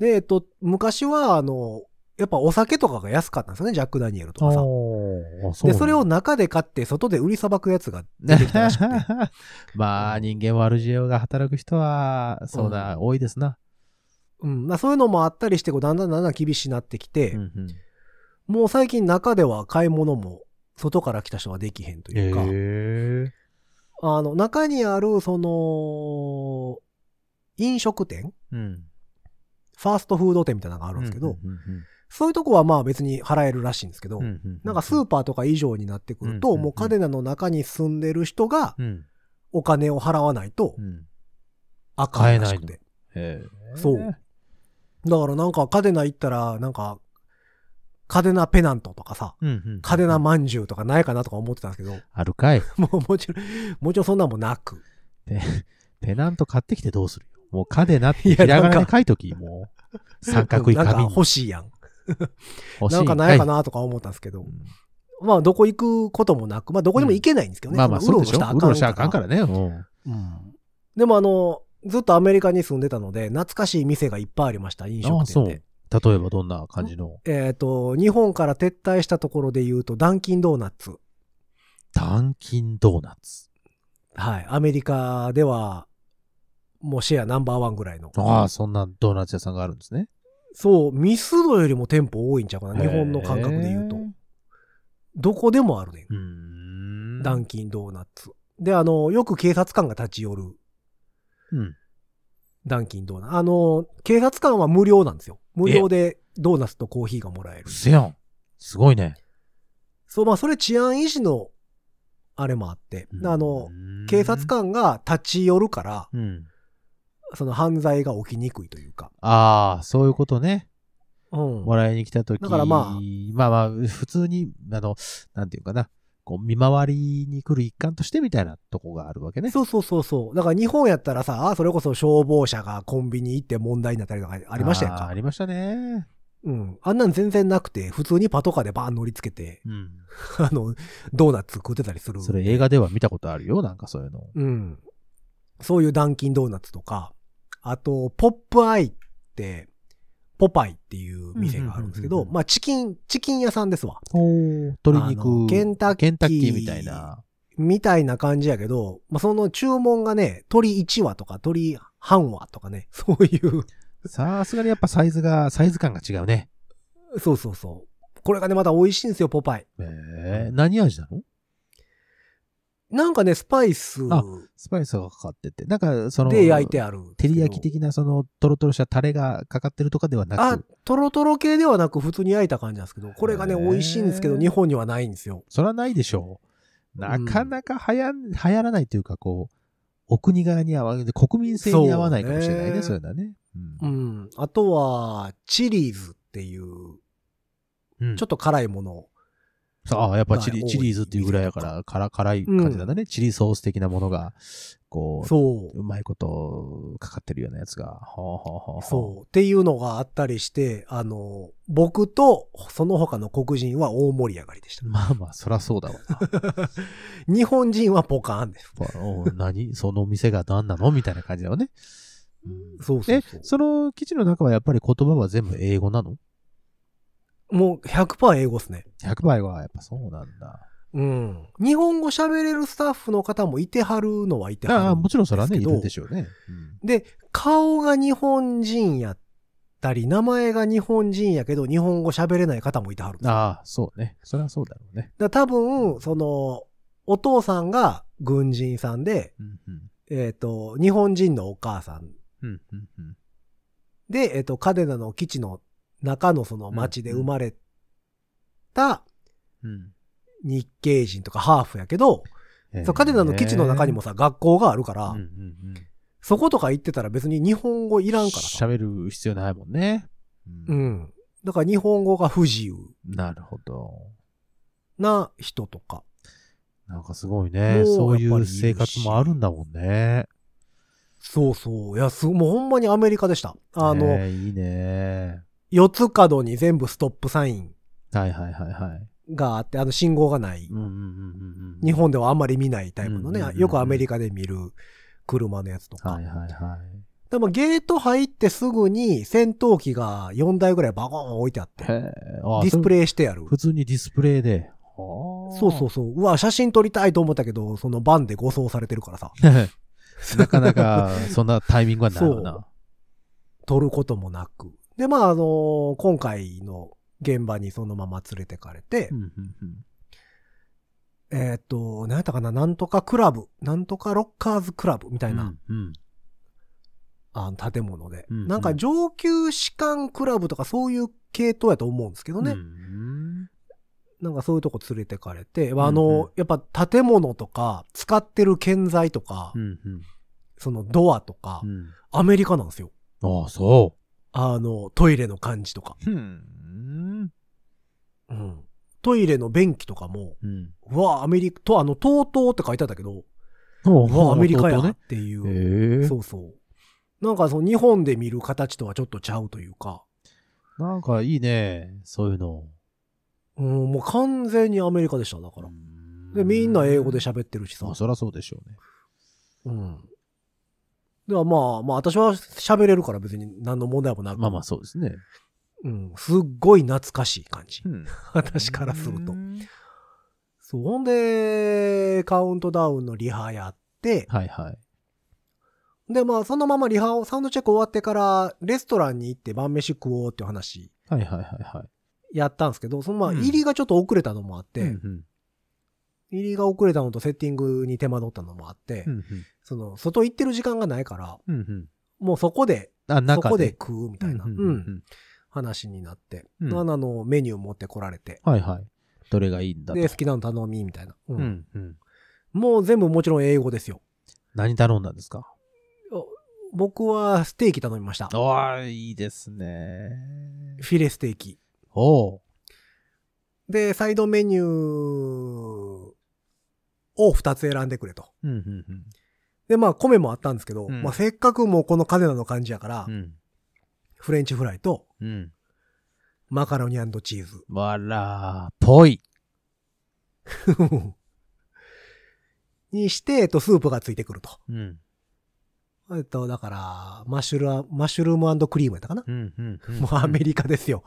B: で、えっと、昔は、あの、やっぱお酒とかが安かったんですよね、ジャック・ダニエルとかさ。
C: あそ
B: で、それを中で買って、外で売りさばくやつが出てきたらしくて。
C: *laughs* まあ人間悪知恵が働く人はそうだ、多いですな、
B: うん。まあそういうのもあったりして、こう、だんだんだんだん厳しくなってきて、
C: うんうん
B: もう最近中では買い物も、外から来た人はできへんというか、
C: え
B: あの、中にある、その、飲食店
C: うん、
B: ファーストフード店みたいなのがあるんですけど、
C: うんうん
B: そういうとこはまあ別に払えるらしいんですけど、
C: うんうんう
B: なんかスーパーとか以上になってくる
C: うん
B: と、
C: うんうん
B: もうカデナの中に住んでる人が
C: うん
B: お金を払わないと
C: うん
B: あかんらしく
C: 買
B: て。
C: へえ
B: そうだからなんかカデナ行ったら、なんか、カデナペナントとかさ、
C: うんうん
B: カデナまんじゅうとかないかなとか思ってたんですけど、
C: あるかい
B: もうもちろん、もちろんそんなんもなく。
C: ペナント買ってきてどうするよもうカデナっ
B: *laughs*
C: て
B: い
C: ひ
B: や
C: らが
B: な
C: なんで
B: か
C: 書いときもう三角い
B: なんか
C: 紙に
B: 欲しいやん。
C: 欲しい
B: なんか
C: ん
B: ないかなとか思ったんですけど、まあどこ行くこともなく、まあどこにも行けないんですけ
C: う
B: ど
C: ん
B: ね。
C: まあまあ
B: そんな。
C: そうでしょうろうろしちゃあかんかららねうん
B: うんでもあの、ずっとアメリカに住んでたので、懐かしい店がいっぱいありました、飲
C: あ
B: 食
C: そ
B: 店
C: う
B: で。
C: 例えばどんな感じの
B: えっ、と、日本から撤退したところで言うと、ダンキンドーナツ。
C: ダンキンドーナツ
B: はい。アメリカでは、もうシェアナンバーワンぐらいの。
C: ああ、そんなドーナツ屋さんがあるんですね。
B: そう、ミスドよりも店舗多いんちゃうかな。日本の感覚で言うと
C: へえ。
B: どこでもあるねん。
C: うーん。
B: ダンキンドーナツ。で、あの、よく警察官が立ち寄る
C: うん。
B: ダンキンドーナツ。あの、警察官は無料なんですよ。無料でドーナツとコーヒーがもらえる
C: う。せやん。すごいね。
B: そう、まあ、それ治安維持の、あれもあって。あの、
C: うーん
B: 警察。官が立ち寄るから、
C: うん。
B: その犯罪が起きにくいというか。
C: ああ、そういうことね。
B: うん
C: もらいに来たとき。
B: だからまあ
C: まあまあ、普通に、あの、なんていうかな。こう、見回りに来る一環としてみたいなとこがあるわけね。
B: そうそうそうそう。だから日本やったらさ、それこそ消防車がコンビニ行って問題になったりとかありましたやん
C: あーあ
B: か。
C: りましたね。
B: うん。あんなん全然なくて、普通にパトカーでバーン乗りつけて、 *laughs*
C: うん。
B: あの、ドーナツ食ってたりする。
C: それ映画では見たことあるよ。なんかそういうの。
B: うん。そういうダンキンドーナツとか、あと、ポップアイって、ポパイっていう店があるんですけ
C: うんう
B: ど、
C: んうんうん
B: まあチキン、チキン屋さんですわ。
C: お鶏
B: あの
C: 肉。
B: ケンタッキー
C: ケンタッキーみたいな。
B: みたいな感じやけど、まあその注文がね、鳥1羽とか鳥半羽とかね、そういう *laughs*
C: さすがにやっぱサイズが、サイズ感が違うね。
B: そうそうそう。これがね、また美味しいんですよ、ポパイ。
C: えー、何味なの
B: なんかね、スパイス
C: あスパイスがかかってて。なんか、その、
B: で焼いてあるんですけ
C: 照
B: ど。
C: り焼き的な、その、トロトロしたタレがかかってるとかではなく。
B: あ、トロトロ系ではなく普通に焼いた感じなんですけど、これがね、
C: へー
B: 美味しいんですけど、日本にはないんですよ。
C: そらないでしょう。な
B: うん
C: かなか流行ん流行らないというか、こう、お国柄に合わない、国民性に合わないかもしれないね、そ
B: そうう
C: いうのはね。う
B: うんん。あとは、チリーズっていう、
C: うん
B: ちょっと辛いもの。
C: ああ、やっぱチ
B: ま
C: リ、
B: あ
C: チリーズっていうぐらいやから、辛、辛い感じなんだね。チリソース的なものが、こう、
B: そう
C: うまいことかかってるようなやつが。ほうほうほう。
B: そう。っていうのがあったりして、あの、僕とその他の黒人は大盛り上がりでした。
C: まあまあ、そらそう
B: *laughs*
C: だわな。
B: 日本人はポカーンです。
C: お何その店が何なのみたいな感じだよね。うん
B: そうそう
C: え
B: そう、
C: その基地の中はやっぱり言葉は全部英語なの
B: もう100%英語ですね。
C: ?100 倍はやっぱそうなんだ。
B: うん。日本語喋れるスタッフの方もいてはるのはいてはる。
C: ああ、もちろんそれは
B: で
C: ね、い
B: すけど
C: るでしょうね。
B: で、顔が日本人やったり、名前が日本人やけど、日本語喋れない方もいてはるん
C: うん
B: ですよ。
C: ああ、そうね。それはそうだろうね。
B: だから多分、その、お父さんが軍人さんで、
C: うんうん
B: えっ、と、日本人のお母さん
C: うんうんうん
B: で、えっ、と、カデナの基地の中のその町で生まれた
C: うん
B: 日系人とかハーフやけど、
C: えー
B: そうカデナの基地の中にもさ、学校があるから、
C: うんうんうん
B: そことか行ってたら別に日本語いらんからさ。
C: 喋る必要ないもんね。
B: う
C: うん
B: ん。だから日本語が不自由
C: なるほど。
B: な人とか。
C: なんかすごいね。
B: もう
C: そうい
B: やっぱ
C: う
B: りいるし
C: 生活もあるんだもんね。
B: そうそう。いや、すもうほんまにアメリカでした。あの、
C: ねえいいね。
B: 四つ角に全部ストップサイン
C: はいはいはいはい。
B: があって、あの信号がない。
C: うんうんうんうんうん
B: 日本ではあんまり見ないタイプのね、
C: うんうんうん
B: よくアメリカで見る車のやつとか。
C: はいはいは
B: でもゲート入ってすぐに戦闘機が4台ぐらいバコーン置いてあって
C: い。、へえ。あ
B: ディスプ
C: イ。
B: レイしてある
C: それ。普通にディスプレイで。。
B: そうそううそう。うわ、写真撮りたいと思ったけど、そのバンで護送されてるからさ。
C: *laughs* なかなか、そんなタイミングはないよ
B: そ
C: な。
B: 撮ることもなく。で、まあ、あの今回の現場にそのまま連れてかれて、
C: うんうんうん
B: えーっ、と、何やったかな、なんとかクラブ、なんとかロッカーズクラブみたいな、
C: うんうん
B: あの建物で、
C: うんうん
B: なんか上級士官クラブとかそういう系統やと思うんですけどね。
C: うん
B: なんかそういうとこ連れてかれて、あ
C: うんう
B: の、やっぱ建物とか、使ってる建材とか、
C: うんうん
B: そのドアとか、
C: うん
B: アメリカなんですよ。
C: ああ、そ
B: あの、トイレの感じとか。
C: う。うん。
B: うん。トイレの便器とかも、
C: うん。
B: うわアメリカ、と、あの、TOTO って書いてあったけど、
C: ほう
B: うわアメリカやなっ
C: ね。
B: ていう。
C: ええ。
B: そうそう。なんかその日本で見る形とはちょっとちゃうというか、
C: なんかいいね。そういうの。
B: うん、もう完全にアメリカでした、だから。で、みんな英語で喋ってるしさ
C: まあ、。そりゃそうでしょうね。
B: うん。ではまあ、まあ私は喋れるから別に何の問題もなく。
C: まあまあ、そうですね。
B: うん。すっごい懐かしい感
C: *laughs*
B: じ。
C: うん
B: 私からすると
C: う。ん
B: そう。ほんで、カウントダウンのリハやって、
C: はいはい。
B: でまあそのままリハを、サウンドチェック終わってから、レストランに行って晩飯食おうっていう話
C: はいはいはいはい。
B: やったんですけど、そのまあ
C: うん
B: 入りがちょっと遅れたのもあって、
C: うんうん
B: 入りが遅れたのとセッティングに手間取ったのもあって、
C: うん
B: その、外行ってる時間がないから、
C: うんうん
B: もうそこで、
C: うん。あ、
B: そ
C: 中
B: こで
C: で。
B: 食うみたいな、
C: う
B: うんん
C: うんうん
B: 話になって、
C: うん
B: あの、メニュー持ってこられて、
C: はいはい。どれがいいんだと。
B: で、好きなの頼み、みたいな、うん
C: うんうん。
B: もう全部もちろん英語ですよ。
C: 何頼んだんですか
B: 僕はステーキ頼みました。フ
C: おー、いいですね。
B: ィレステーキ。
C: おー。
B: で、サイドメニューを2つ選んでくれと。
C: うんうんうん。
B: で、まあ、米もあったんですけど、
C: うん
B: まあ、せっかくもうこのカデナの感じやから、
C: うん。
B: フレンチフライと、
C: うん。
B: マカロニチーズ。 *laughs*
C: わらー、ぽい。
B: にして、えっと、スープがついてくると。
C: うん。
B: えっと、だから、マッシュルー、マッシュルームクリームやったかな、
C: うんうんうん。
B: *laughs* もうアメリカですよ。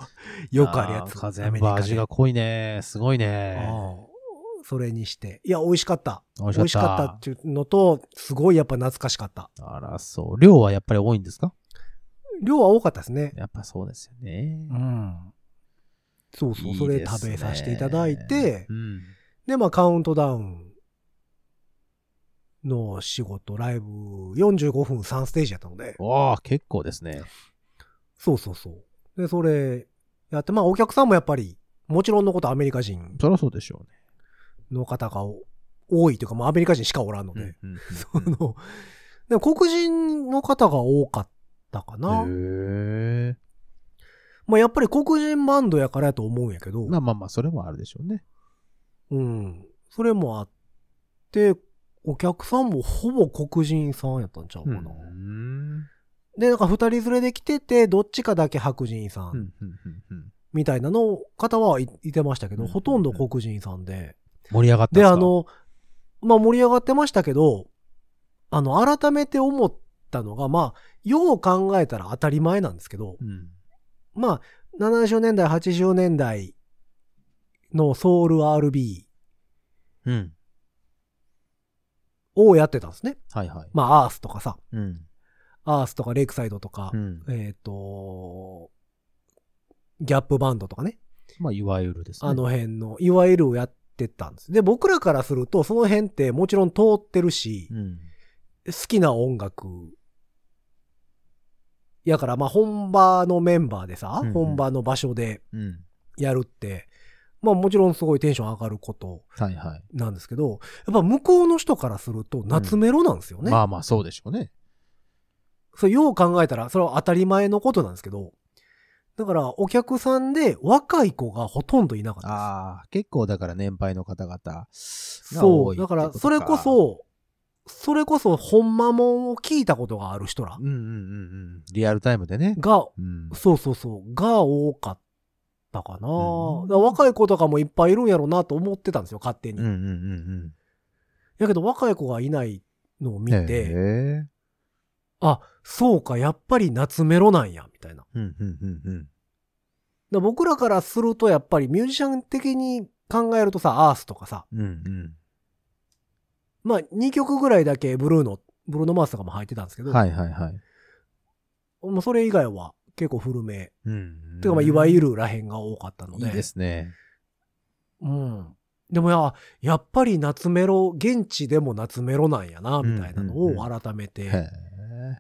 B: よくあるやつ。
C: なんか全部味が
B: ア
C: 濃いね。すごい
B: メリカで。
C: ね。
B: ああそれにして。いや、美味しかった。
C: 美
B: 美味しかったっていうのと、すごいやっぱ懐かしかった。
C: あら、そう。量はやっぱり多いんですか
B: 量は多かったですね。
C: やっぱそうですよね。
B: うん。そうそう、そ
C: い
B: れ
C: いですね
B: 食べさせていただいて、
C: うん。
B: で、まあ、カウントダウンの仕事、ライブ45分3ステージやったので、
C: わあ、結構ですね。
B: そうそうそう。で、それやって、まあ、お客さんもやっぱり、もちろんのことアメリカ人
C: そりゃそうでしょ
B: の方が多いというか、まあ、アメリカ人しかおらんの
C: うね。
B: で、
C: うんうんうん
B: その、でも黒人の方が多かったかな。
C: へえ。
B: まあ、やっぱり黒人バンドやからやと思うんやけど、
C: まあまあまあ、それもあるでしょうね。
B: うん。それもあって、お客さんもほぼ黒人さんやったんちゃうかな。
C: ん。
B: で、なんか二人連れで来てて、どっちかだけ白人さ
C: うんんうんうんうん
B: みたいなの方はいいてましたけど、
C: うん
B: ほとんど黒人さんで。
C: 盛り上がったん
B: で、
C: すか
B: あ、の、まあ盛り上がってましたけど、あの、改めて思ったのが、まあ、よう考えたら当たり前なんですけど
C: う、ん。
B: まあ、70年代、80年代のソウル RB
C: うん。
B: をやってたんですね。
C: はいはい。
B: まあ、アースとかさ、
C: うん。
B: アースとかレイクサイドとか、
C: うん。
B: えっ、と、ギャップバンドとかね、
C: まあ、いわゆるですね。
B: あの辺の、いわゆるをやってたんです。で、僕らからすると、その辺ってもちろん通ってるし
C: う、ん。
B: 好きな音楽、やから、まあ、本場のメンバーでさ、
C: うんうん
B: 本場の場所で
C: うん。
B: やるって、まあ、もちろんすごいテンション上がること
C: はいはい。
B: なんですけど、やっぱ向こうの人からすると、夏メロなんですよね。
C: まあまあ、そうでしょうね。
B: それよう考えたら、それは当たり前のことなんですけど、だからお客さんで若い子がほとんどいなかった
C: ああ、結構だから年配の方々が
B: です。そ
C: 多
B: う。
C: い
B: だ
C: っ
B: か
C: て
B: ら、
C: と
B: それこ、そ、それこそ、ほんまもんを聞いたことがある人ら
C: うんうんうんうん。リアルタイムでね。
B: が、
C: うん。
B: そうそうそう、が多かったかな。
C: うん
B: だから若い子とかもいっぱいいるんやろうなと思ってたんですよ、勝手に。
C: うんうんうん
B: やけど、若い子がいないのを見
C: うん。
B: て、
C: へえ
B: あ、そうか、やっぱり夏メロなんや、みたいな。
C: うんうんうんうん。
B: だから僕らからするとやっぱりミュージシャン的に考えるとさ、アースとかさ、
C: うんうん
B: まあ2曲ぐらいだけブルーの、ブルーノマースとかも入ってたんですけど、
C: はいはいはい。
B: もうそれ以外は結構古め、
C: うん。
B: ていうかまあいわゆるらへんが多かったので、
C: いいですね。
B: うん。でもや、やっぱり夏メロ、現地でも夏メロなんやな、みたいなの
C: うんうん
B: を改めて、
C: へえ。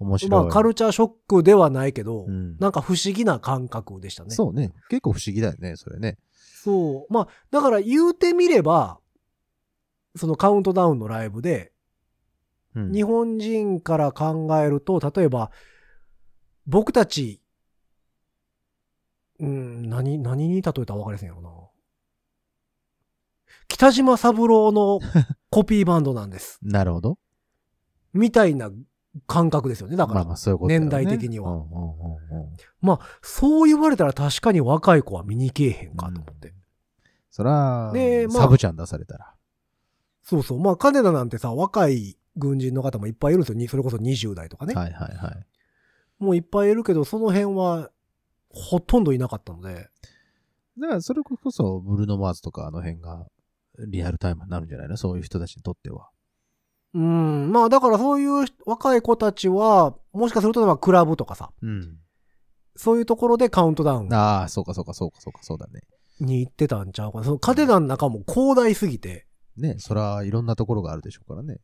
C: 面白
B: ま
C: い。
B: あカルチャーショックではないけど、
C: うん
B: なんか不思議な感覚でしたね。
C: そうね。結構不思議だよね、それね。
B: そう。まあ、だから言うてみれば、そのカウントダウンのライブで、
C: うん
B: 日本人から考えると、例えば、僕たち、うん、何、何に例えたら分かりませんやろな。北島三郎のコピーバンドなん
C: *laughs*
B: です。
C: なるほど。
B: みたいな感覚ですよね。だから、
C: まあまあそういうことだよね
B: 年代的には
C: うんうんうんうん
B: まあ、そう言われたら確かに若い子は見に行けへんかと思って。
C: うんそら、
B: でまあ
C: サブちゃん出されたら。
B: そうそう。まあ、金田なんてさ、若い軍人の方もいっぱいいるんですよに。それこそ20代とかね。
C: はいはいはい。
B: もういっぱいいるけど、その辺は、ほとんどいなかったので。
C: だからそれこそ、ブルーノ・マーズとかあの辺がリアルタイムになるんじゃないのそういう人たちにとっては。
B: うん。まあだからそういう若い子たちは、もしかするとまあクラブとかさ、
C: うん。
B: そういうところでカウントダウン
C: ああ、そうかそうかそうかそうかそうだね。
B: に行ってたんちゃうかな。そのカテダの中も広大すぎて、
C: ね、そら、いろんなところがあるでしょうからね。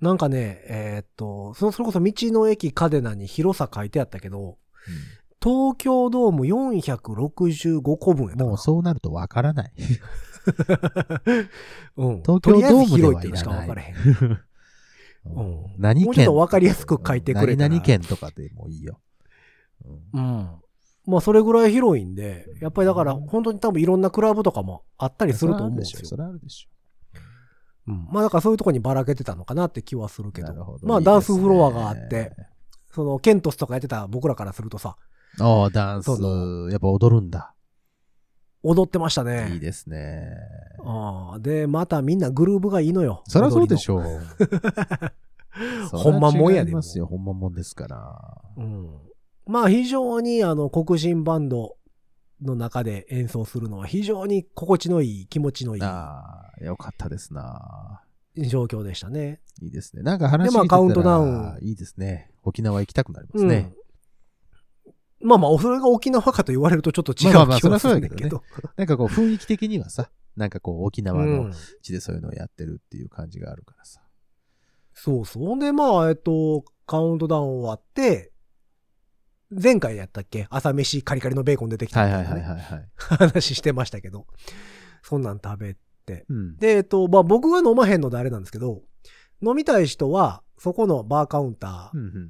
B: なんかね、えーっと、そのそれこそ道の駅カデナに広さ書いてあったけど、東京ドーム465個分や
C: う
B: った
C: ん
B: かな
C: もうそうなるとわからない。
B: うん。
C: 東京ドームでは
B: とりあえず広いっていうのしか分からへん。うん
C: 何県
B: もうちょっとわかりやすく書いてくれたら
C: 何々県とかでもいいよ。うん
B: うん。まあそれぐらい広いんで、やっぱりだから本当に多分いろんなクラブとかもあったりすると思うんですよ。
C: それあるでしょ。
B: うんまあだからそういうとこにばらけてたのかなって気はするけ
C: な
B: ど。
C: るほど。
B: まあ
C: いいですね
B: ダンスフロアがあって、。そのケントスとかやってた僕らからするとさ、
C: ああ、ダンス
B: そ、の
C: やっぱ踊るんだ。
B: 踊ってましたね。
C: いいで
B: *laughs*
C: すね。
B: ああで、またみんなグルーブがいいのよ。
C: そりゃそうでし
B: ょ。
C: ょう。
B: *laughs* ほんまもんやで
C: そりゃ違いますよ、ほんまもんですから。
B: うん。まあ非常にあの黒人バンドの中で演奏するのは非常に心地のいい、気持ちのいい
C: ああ、よかったですな。
B: 状況でしたね。
C: いいですね。なんか話
B: でまあ
C: 聞いてた
B: カ
C: ら
B: ウントダウン
C: いいですね。沖縄行きたくなりますね。
B: うんまあまあ、それが沖縄かと言われるとちょっと違う
C: まあまあ
B: 気はするんだ
C: そ
B: け
C: りゃそ
B: ど。
C: なんかこう雰囲気的にはさ、なんかこう沖縄
B: *laughs* う
C: の
B: ん
C: 地でそういうのをやってるっていう感じがあるからさ。
B: そうそう。ほんで、まあ、えっと、カウントダウン終わって、前回やったっけ朝飯カリカリのベーコン出てきた
C: は
B: み
C: い
B: た
C: はいい
B: な
C: はい
B: ね
C: はいはい。
B: 話してましたけど。そんなん食べ
C: うん。
B: で、えっと、まあ僕は飲まへんのであれなんですけど、飲みたい人は、そこのバーカウンタ
C: うんうん。
B: ー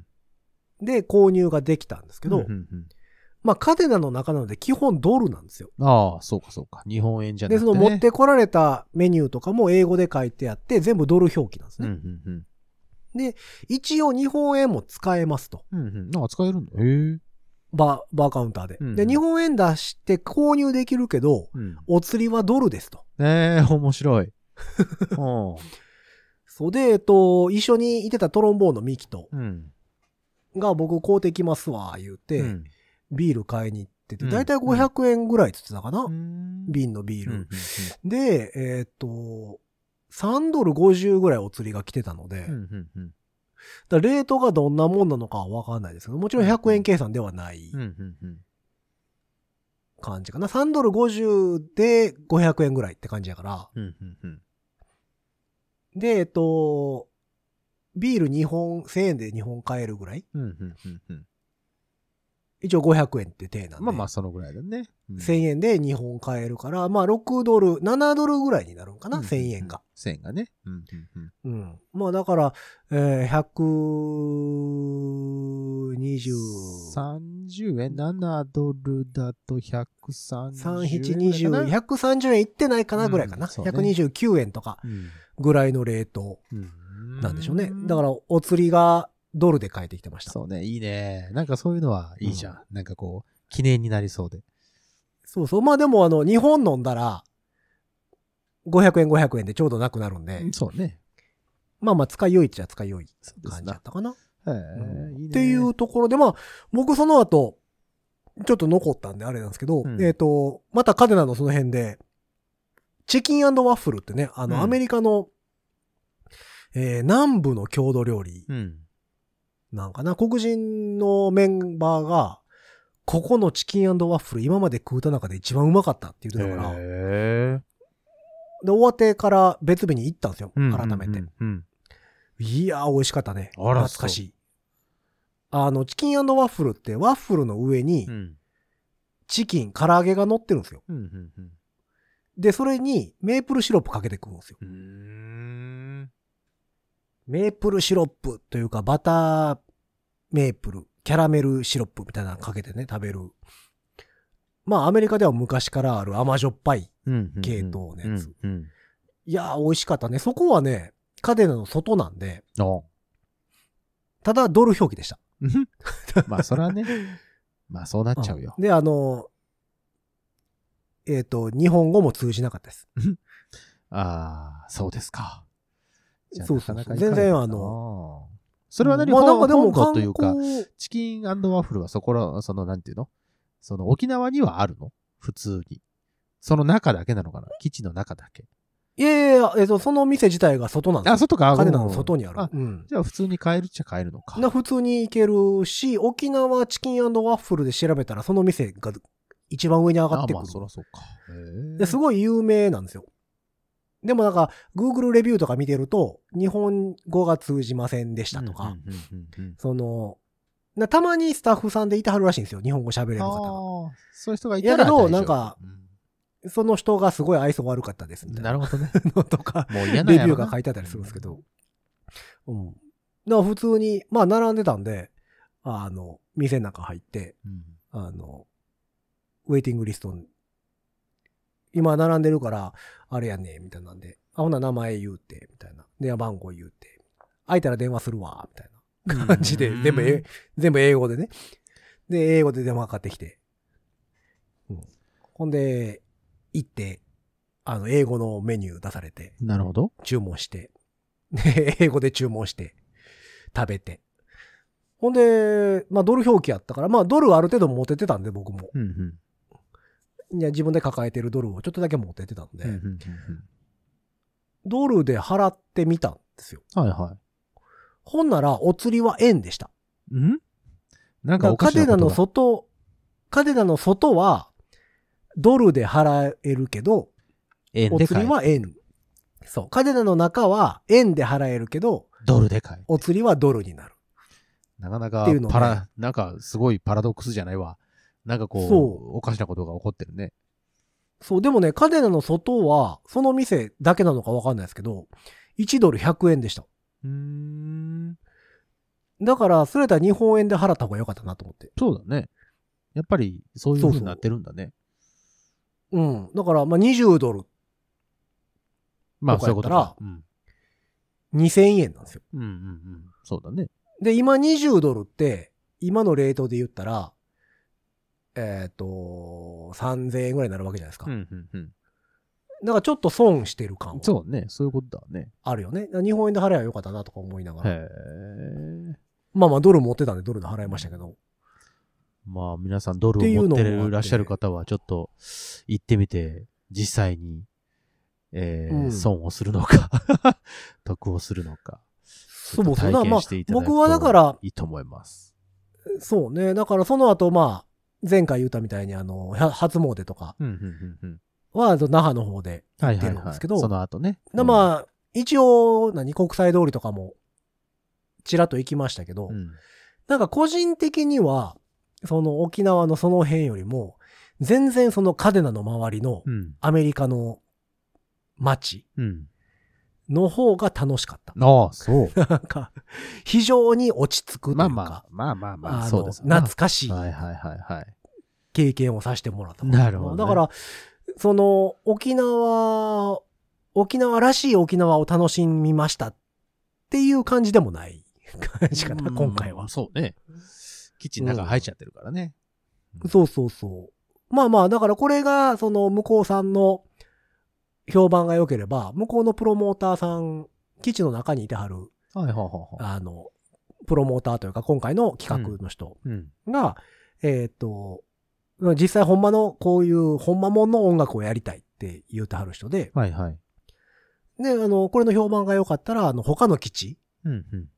B: で購入ができたんですけど、
C: うんうんうん
B: まあカデナの中なので基本ドルなんですよ。
C: ああ、そうかそうか。日本円じゃな
B: で、
C: く
B: そ
C: て、
B: の
C: ね。
B: 持ってこられたメニューとかも英語で書いてあって、全部ドル表記なんです
C: うん
B: ね。
C: うん
B: 一応日本円も使えますと。
C: うん。うんうん。なんか使えるんだ。へえ。
B: バー、バーカウンターで。
C: うん
B: で、日本円出して購入できるけど、
C: うん。
B: お釣りはドルですと。
C: ええ、面白い。うん
B: そうで、えっと、一緒にいてたトロンボーンのミキと、
C: うん。
B: が僕買うてきますわ、言うて、
C: うん
B: ビール買いに行ってて、
C: うん
B: だいたい500円ぐらいって言ってたかな、
C: うん
B: 瓶のビール。
C: うんうん
B: で、えーっと、3ドル50ぐらいお釣りが来てたので、
C: うんうんうん
B: だからレートがどんなもんなのかはわかんないですけど、もちろん100円計算ではない
C: うんうんうん
B: 感じかな。3ドル50で500円ぐらいって感じやから。
C: うんうんうん
B: で、えーっと、ビール2本、1000円で2本買えるぐらい
C: うんうんうんうん
B: 一応500円って手なんで。
C: まあまあ、そのぐらいだね。うん
B: 1000円で2本買えるから、まあ6ドル、7ドルぐらいになるんかな、
C: うんうんうん
B: 1000円が。。
C: 1000円がね。うんうんうん
B: うん。まあだから、えー、120、
C: 30円、7ドルだと130
B: 3720 130円いってないかなぐらいかな。
C: うんそうね
B: 129円とかぐらいのレート
C: うん
B: なんでしょうね。だから、お釣りがドルで返ってきてました。そう
C: そうね、いいね。なんかそういうのはいいじゃん。なんかこう、記念になりそうで。
B: そうまあでも、あの、日本飲んだら、500円500円でちょうどなくなるんで、
C: そうね。
B: まあまあ使いよいっちゃ使いよい
C: そうで
B: 感
C: す
B: じだ
C: な
B: っ。たかな。
C: へえ
B: うん
C: いね
B: っていうところで、まあ、僕その後、ちょっと残ったんであれなんですけど、
C: うん
B: えっ、と、またカデナのその辺で、チキンワッフルってね、あの、
C: うん
B: アメリカの、えー南部の郷土料理
C: うん。
B: なんかな、黒人のメンバーが、ここのチキンワッフル今まで食うた中で一番うまかったって言ってたから、で、
C: へえ
B: 終わってから別日に行ったんですよ、
C: うん
B: 改めて。
C: うんうん
B: いやー、美味しかったね。
C: あら
B: 懐かしい。あの、チキンワッフルって、ワッフルの上に
C: う、ん。
B: チキン、唐揚げが乗ってるんですよ。
C: うんうんうん
B: で、それにメープルシロップかけて食うんですよ。
C: うーん。
B: メープルシロップというかバターメープル、キャラメルシロップみたいなのかけてね、食べる。まあ、アメリカでは昔からある甘じょっぱい。
C: うんうんうん
B: 系統のやつ。
C: うんうん
B: いやー、美味しかったね。そこはね、カデナの外なんで、
C: あ
B: ただドル表記でした。
C: うん
B: *laughs*
C: まあ、そらね。まあ、そうなっちゃうよ。
B: で、あの、えっ、と、日本語も通じなかったです。
C: ああ、そうですか。じゃあ
B: そうそうそう
C: なかなかいかな
B: 全然あ
C: の、それは何
B: まあなんかでも
C: 本土という
B: 観
C: か、
B: 光
C: チキンワッフルはそこら、その、なんていうのその、沖縄にはあるの普通に。その中だけなのかな基地の中だけ。
B: いやいやいや、えっ、と、その店自体が外なんです
C: あ、
B: よ。
C: 外か。
B: カデナの外
C: に。
B: にある。
C: あ
B: うん
C: じゃあ、普通に買えるっちゃ買えるのか。
B: な普通に行けるし、沖縄チキンワッフルで調べたら、その店が一番上に上がってく
C: あまあ、そ
B: る。
C: らそうか。へ
B: で
C: え
B: すごい有名なんですよ。でもなんか、Google レビューとか見てると、日本語が通じませんでしたとか、
C: うんうんうんうんうん
B: その、なたまにスタッフさんでいてはるらしいんですよ、日本語喋れる
C: あ
B: 方
C: ーそういう人がい
B: いや
C: た
B: け
C: ら大丈
B: ど
C: 夫。
B: なんか
C: う
B: が。その人がすごい愛想悪かったですみ
C: ん、
B: たい
C: な
B: な
C: る
B: *laughs*
C: ほどね。
B: のとか、
C: もう嫌な
B: レビ
C: や
B: ュー
C: ろな
B: が書いてあったりするんですけど。うん。だから普通に、まあ並んでたんで、あの、店の中入って、
C: うん
B: あの、ウェイティングリストに、今並んでるから、あれやね、みたいなんで、あ、ほな名前言うて、みたいな。電話番号言うて、空いたら電話するわ、みたいな感じで、
C: うん
B: 全部え、全部英語でね。で、英語で電話かかってきて。うんほんで、行って、あの、英語のメニュー出されて、
C: なるほど。
B: 注文して、で英語で注文して、食べて。ほんで、まあドル表記やったから、まあドルある程度持ててたんで僕も。
C: うんうん
B: いや自分で抱えてるドルをちょっとだけ持ててたんで、
C: うんうんうん
B: ドルで払ってみたんですよ。
C: うんはいは
B: ほんならお釣りは円でした。
C: い。んなんか
B: だ
C: お
B: からカ
C: かし
B: デ
C: なこ
B: ナ
C: と
B: の
C: が
B: 外、カデナの外は、ドルで払えるけど、
C: 円
B: お
C: で
B: 釣
C: 買
B: り
C: え。
B: は円。そう。カデナの中は円で払えるけど、
C: ドルで買え。
B: お釣りはドルになる。
C: なかなか
B: っていうのね
C: パラ、なんかすごいパラドックスじゃないわ。なんかこう、
B: そう
C: おかしなことが起こってるね。
B: そう。でもね、カデナの外は、その店だけなのかわかんないですけど、1ドル100円でした。
C: うーん。
B: だから、それやったら日本円で払った方が良かったなと思って。
C: そうだね。やっぱりそういう
B: そう
C: 風
B: そう
C: になってるんだね。
B: うん。だから、まあ、20ドル
C: まあ
B: とかや
C: そういうこ
B: った
C: と
B: ら
C: か。うん。
B: 2000円なんですよ。
C: うんうんうん。そうだね。
B: で、今20ドルって、今のレートで言ったら、えっ、と、3000円ぐらいになるわけじゃないですか。
C: んうんうん。
B: だからちょっと損してる感は
C: そうね。そういうことだね。
B: あるよね。だから日本円で払えばよかったなとか思いなが
C: へ
B: ら。
C: え。
B: まあまあドル持ってたんでドルで払いましたけど。
C: まあ皆さんドル
B: ってい
C: を
B: うの
C: 持
B: も
C: っ
B: あって
C: てらっしゃる方はちょっと行ってみて、実際に、えー
B: うん
C: 損をするのか、 *laughs* 得をするのか、ち
B: そ
C: ょっと
B: うそう。
C: 体
B: だからま
C: 験
B: あ
C: してい、ただく
B: 僕
C: と
B: はだから、
C: いいと思います。
B: そうね。だからその後まあ、前回言ったみたいにあの、は初詣とか
C: うんうんうんうん。
B: は、あの那覇の方で。
C: はい
B: って
C: はい
B: るん
C: は
B: で
C: い。
B: すけど
C: その後ね。
B: だまあ、一応、何、国際通りとかも、ちらっと行きましたけど、
C: うん、うん
B: なんか個人的には、その沖縄のその辺よりも、全然そのカデナの周りの
C: うん。
B: アメリカの街
C: うん。
B: の方が楽しかった。
C: ああ、 *laughs* そう。
B: なんか、非常に落ち着くというか、
C: まあまあ、まあまあまあ、
B: あ
C: そう
B: の
C: です。
B: 懐かしい
C: はいはいはいはい。
B: 経験をさせてもらった。
C: なるほどね
B: だから、その沖縄、沖縄らしい沖縄を楽しみましたっていう感じでもない感じかな、今回
C: う
B: は
C: ん。そうね。キッチンの中入っちゃってるからね。
B: そうそうそう。まあまあ、だからこれが、その、向こうさんの評判が良ければ、向こうのプロモーターさん、基地の中にいてはる、
C: はいはいはいはい。
B: あの、プロモーターというか、今回の企画の人
C: うん。
B: が、えーっと、実際ほんまの、こういう、ほんまもんの音楽をやりたいって言うてはる人で、
C: はいはい。
B: で、あの、これの評判が良かったら、あの、他の基地、
C: うんうん。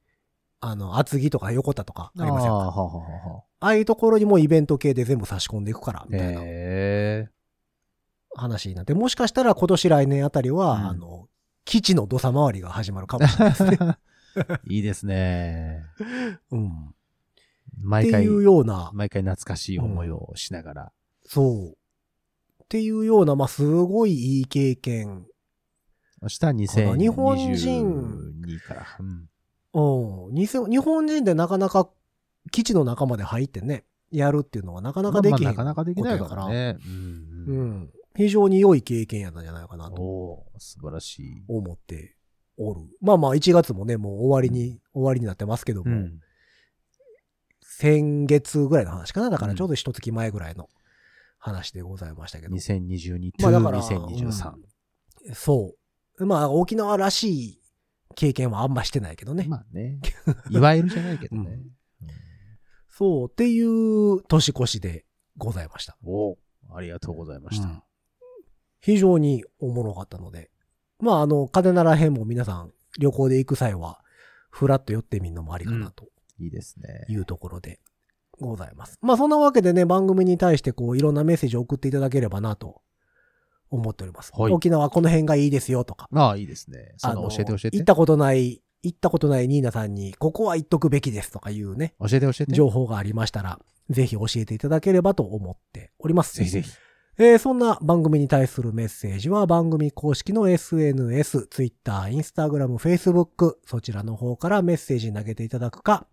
B: あの、厚木とか横田とかありません
C: あーは
B: か
C: あはあはあ
B: ああいうところにもイベント系で全部差し込んでいくから、みたいな。
C: へえ。
B: 話になって、もしかしたら今年来年あたりは、
C: うん
B: あの、基地の土佐回りが始まるかもしれないです
C: *laughs*
B: ね。
C: いいですね。
B: うん、って
C: 毎回
B: い、うような、
C: 毎回懐かしい思いをしながら。
B: そう。っていうような、まあ、すごいいい経験。
C: 明日
B: この日本
C: 2022
B: 人
C: から。うん
B: うん。にせ日本人でなかなか基地の中まで入ってね、やるっていうのはなかなかできへん
C: まあまあなかなかできないか
B: こと
C: ら
B: や
C: ね。う
B: うんん。非常に良い経験やったんじゃないかな
C: うん。
B: と
C: おー素晴らしい。
B: 思っておる。まあまあ、1月もね、もう終わりに、終わりになってますけども、
C: うん
B: 先月ぐらいの話かな。だから
C: うん
B: ちょうど一月前ぐらいの話でございましたけど。
C: 2022
B: まあだ
C: to
B: から
C: 2023。
B: そう。まあ沖縄らしい経験はあんましてないけどね。
C: まあね。いわゆるじゃないけど
B: う
C: ね。
B: そうっていう年越しでございました。
C: おーありがとうございました。
B: 非常におもろかったので。まああの、カデナラ編も皆さん旅行で行く際は、ふらっと寄ってみるのもありかなと
C: いいですね。
B: いうところでございます。まあそんなわけでね、番組に対してこういろんなメッセージを送っていただければなと思っております。
C: はい
B: 沖縄この辺がいいですよとか、
C: ああ、いいですね。その
B: あの
C: 教えて教え。
B: 行ってたことない、行ったことないニーナさんに、ここは行っとくべきですとかいうね、
C: 教えて教えて。
B: 情報がありましたら、ぜひ教えていただければと思っております。
C: ぜひぜひ。
B: えーそんな番組に対するメッセージは番組公式の SNS、Twitter、Instagram、Facebook、そちらの方からメッセージ投げていただくか、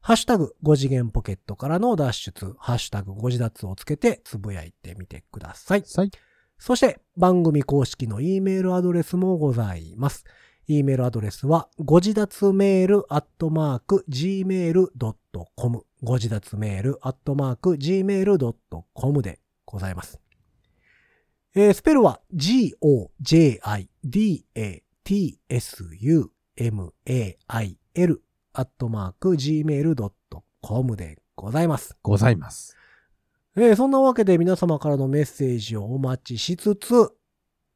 B: ハッシュタグ5次元ポケットからの脱出、ハッシュタグ5次脱をつけてつぶやいてみてください。
C: はい。
B: そして番組公式の E メールアドレスもございます。E メールアドレスは、ご自立メールアットマーク gmail.com。ご自立メールアットマーク gmail.com でございます。えースペルは g-o-j-i-d-a-t-s-u-m-a-i-l アットマーク gmail.com でございます。
C: ございます。
B: えーそんなわけで皆様からのメッセージをお待ちしつつ、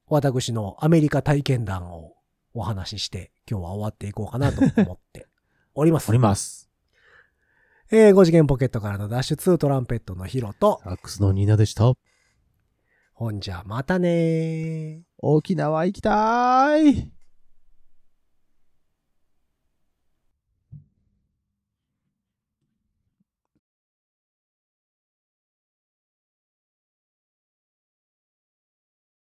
B: 私のアメリカ体験談をお *laughs* 話しして、今日は終わっていこうかなと思っております。
C: おります。
B: えー、5次元ポケットからの脱出トランペットのヒロと、
C: サックスのニーナでした。
B: ほんじゃまたねー。
C: 沖縄行きたーい